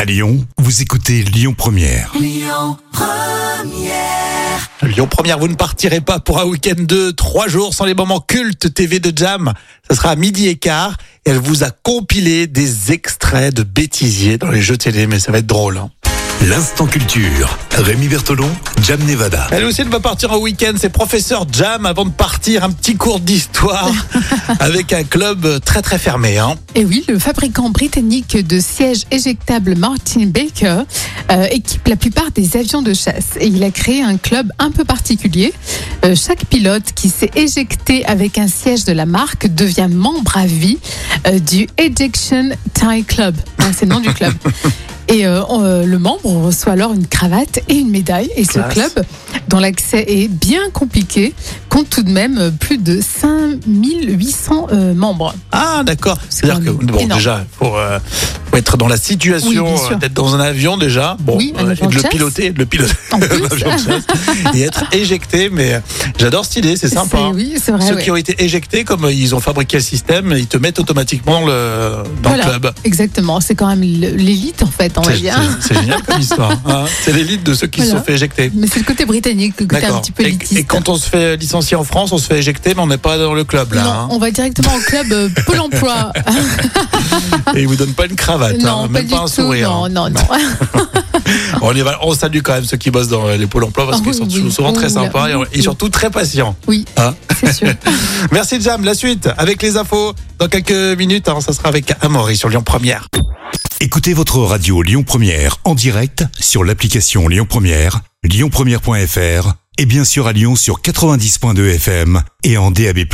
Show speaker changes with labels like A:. A: À Lyon, vous écoutez Lyon Première.
B: Lyon Première, vous ne partirez pas pour un week-end de trois jours sans les moments cultes TV de Jam. Ça sera à midi et quart. Et elle vous a compilé des extraits de bêtisiers dans les jeux télé, mais ça va être drôle. hein.
A: L'instant culture. Rémi Bertolon, Jam Nevada.
B: Elle aussi, elle va partir en week-end. C'est professeur Jam avant de partir. Un petit cours d'histoire avec un club très très fermé. hein.
C: Et oui, le fabricant britannique de sièges éjectables Martin Baker euh, équipe la plupart des avions de chasse et il a créé un club un peu particulier. Euh, chaque pilote qui s'est éjecté avec un siège de la marque devient membre à vie euh, du Ejection Tie Club. Hein, C'est le nom du club. Et euh, on- euh, le membre reçoit alors une cravate et une médaille. Et ce
B: Classe.
C: club, dont l'accès est bien compliqué, compte tout de même euh, plus de 5800 euh, membres.
B: Ah, d'accord.
C: C'est
B: C'est-à-dire que,
C: quand même
B: bon,
C: énorme.
B: déjà, faut, euh, faut être dans la situation
C: Oui, bien sûr.
B: euh, d'être dans un avion déjà. Bon,
C: Oui, un
B: euh,
C: avion
B: et de
C: de
B: le
C: chasse.
B: piloter, de le piloter.
C: En
B: un
C: plus,
B: avion de chasse, et être éjecté. Mais euh, j'adore cette idée, c'est sympa.
C: C'est-
B: hein.
C: Oui, c'est vrai.
B: Ceux
C: ouais.
B: qui ont été éjectés, comme euh, ils ont fabriqué le système, ils te mettent automatiquement le, dans
C: Voilà.
B: le club.
C: Exactement, c'est quand même le- l'élite en fait, on va
B: C'est
C: dire.
B: c'est- c'est génial comme histoire. hein. C'est l'élite de ceux qui se
C: Voilà.
B: sont fait éjecter.
C: Mais c'est le côté britannique, le côté un petit peu
B: Et,
C: élitiste.
B: et quand on se fait licencier en France, on se fait éjecter, mais on n'est pas dans le club là.
C: non,
B: hein.
C: on va directement au club euh, Pôle Emploi.
B: Et ils vous donnent pas une cravate,
C: non,
B: hein,
C: pas
B: même
C: du
B: pas un
C: tout.
B: sourire.
C: Non, non, non.
B: On, les val- on salue quand même ceux qui bossent dans euh, les pôles emploi parce
C: Ah
B: qu'ils
C: oui,
B: sont
C: oui.
B: souvent très
C: Oh là,
B: sympas et-
C: oui,
B: et,
C: oui.
B: surtout très patients.
C: Oui,
B: Hein
C: c'est sûr.
B: Merci Jam, la suite avec les infos dans quelques minutes. hein, ça sera avec Amaury sur Lyon Première.
A: Écoutez votre radio Lyon Première en direct sur l'application Lyon Première, lyonpremière.fr et bien sûr à Lyon sur 90.2 FM et en DAB+.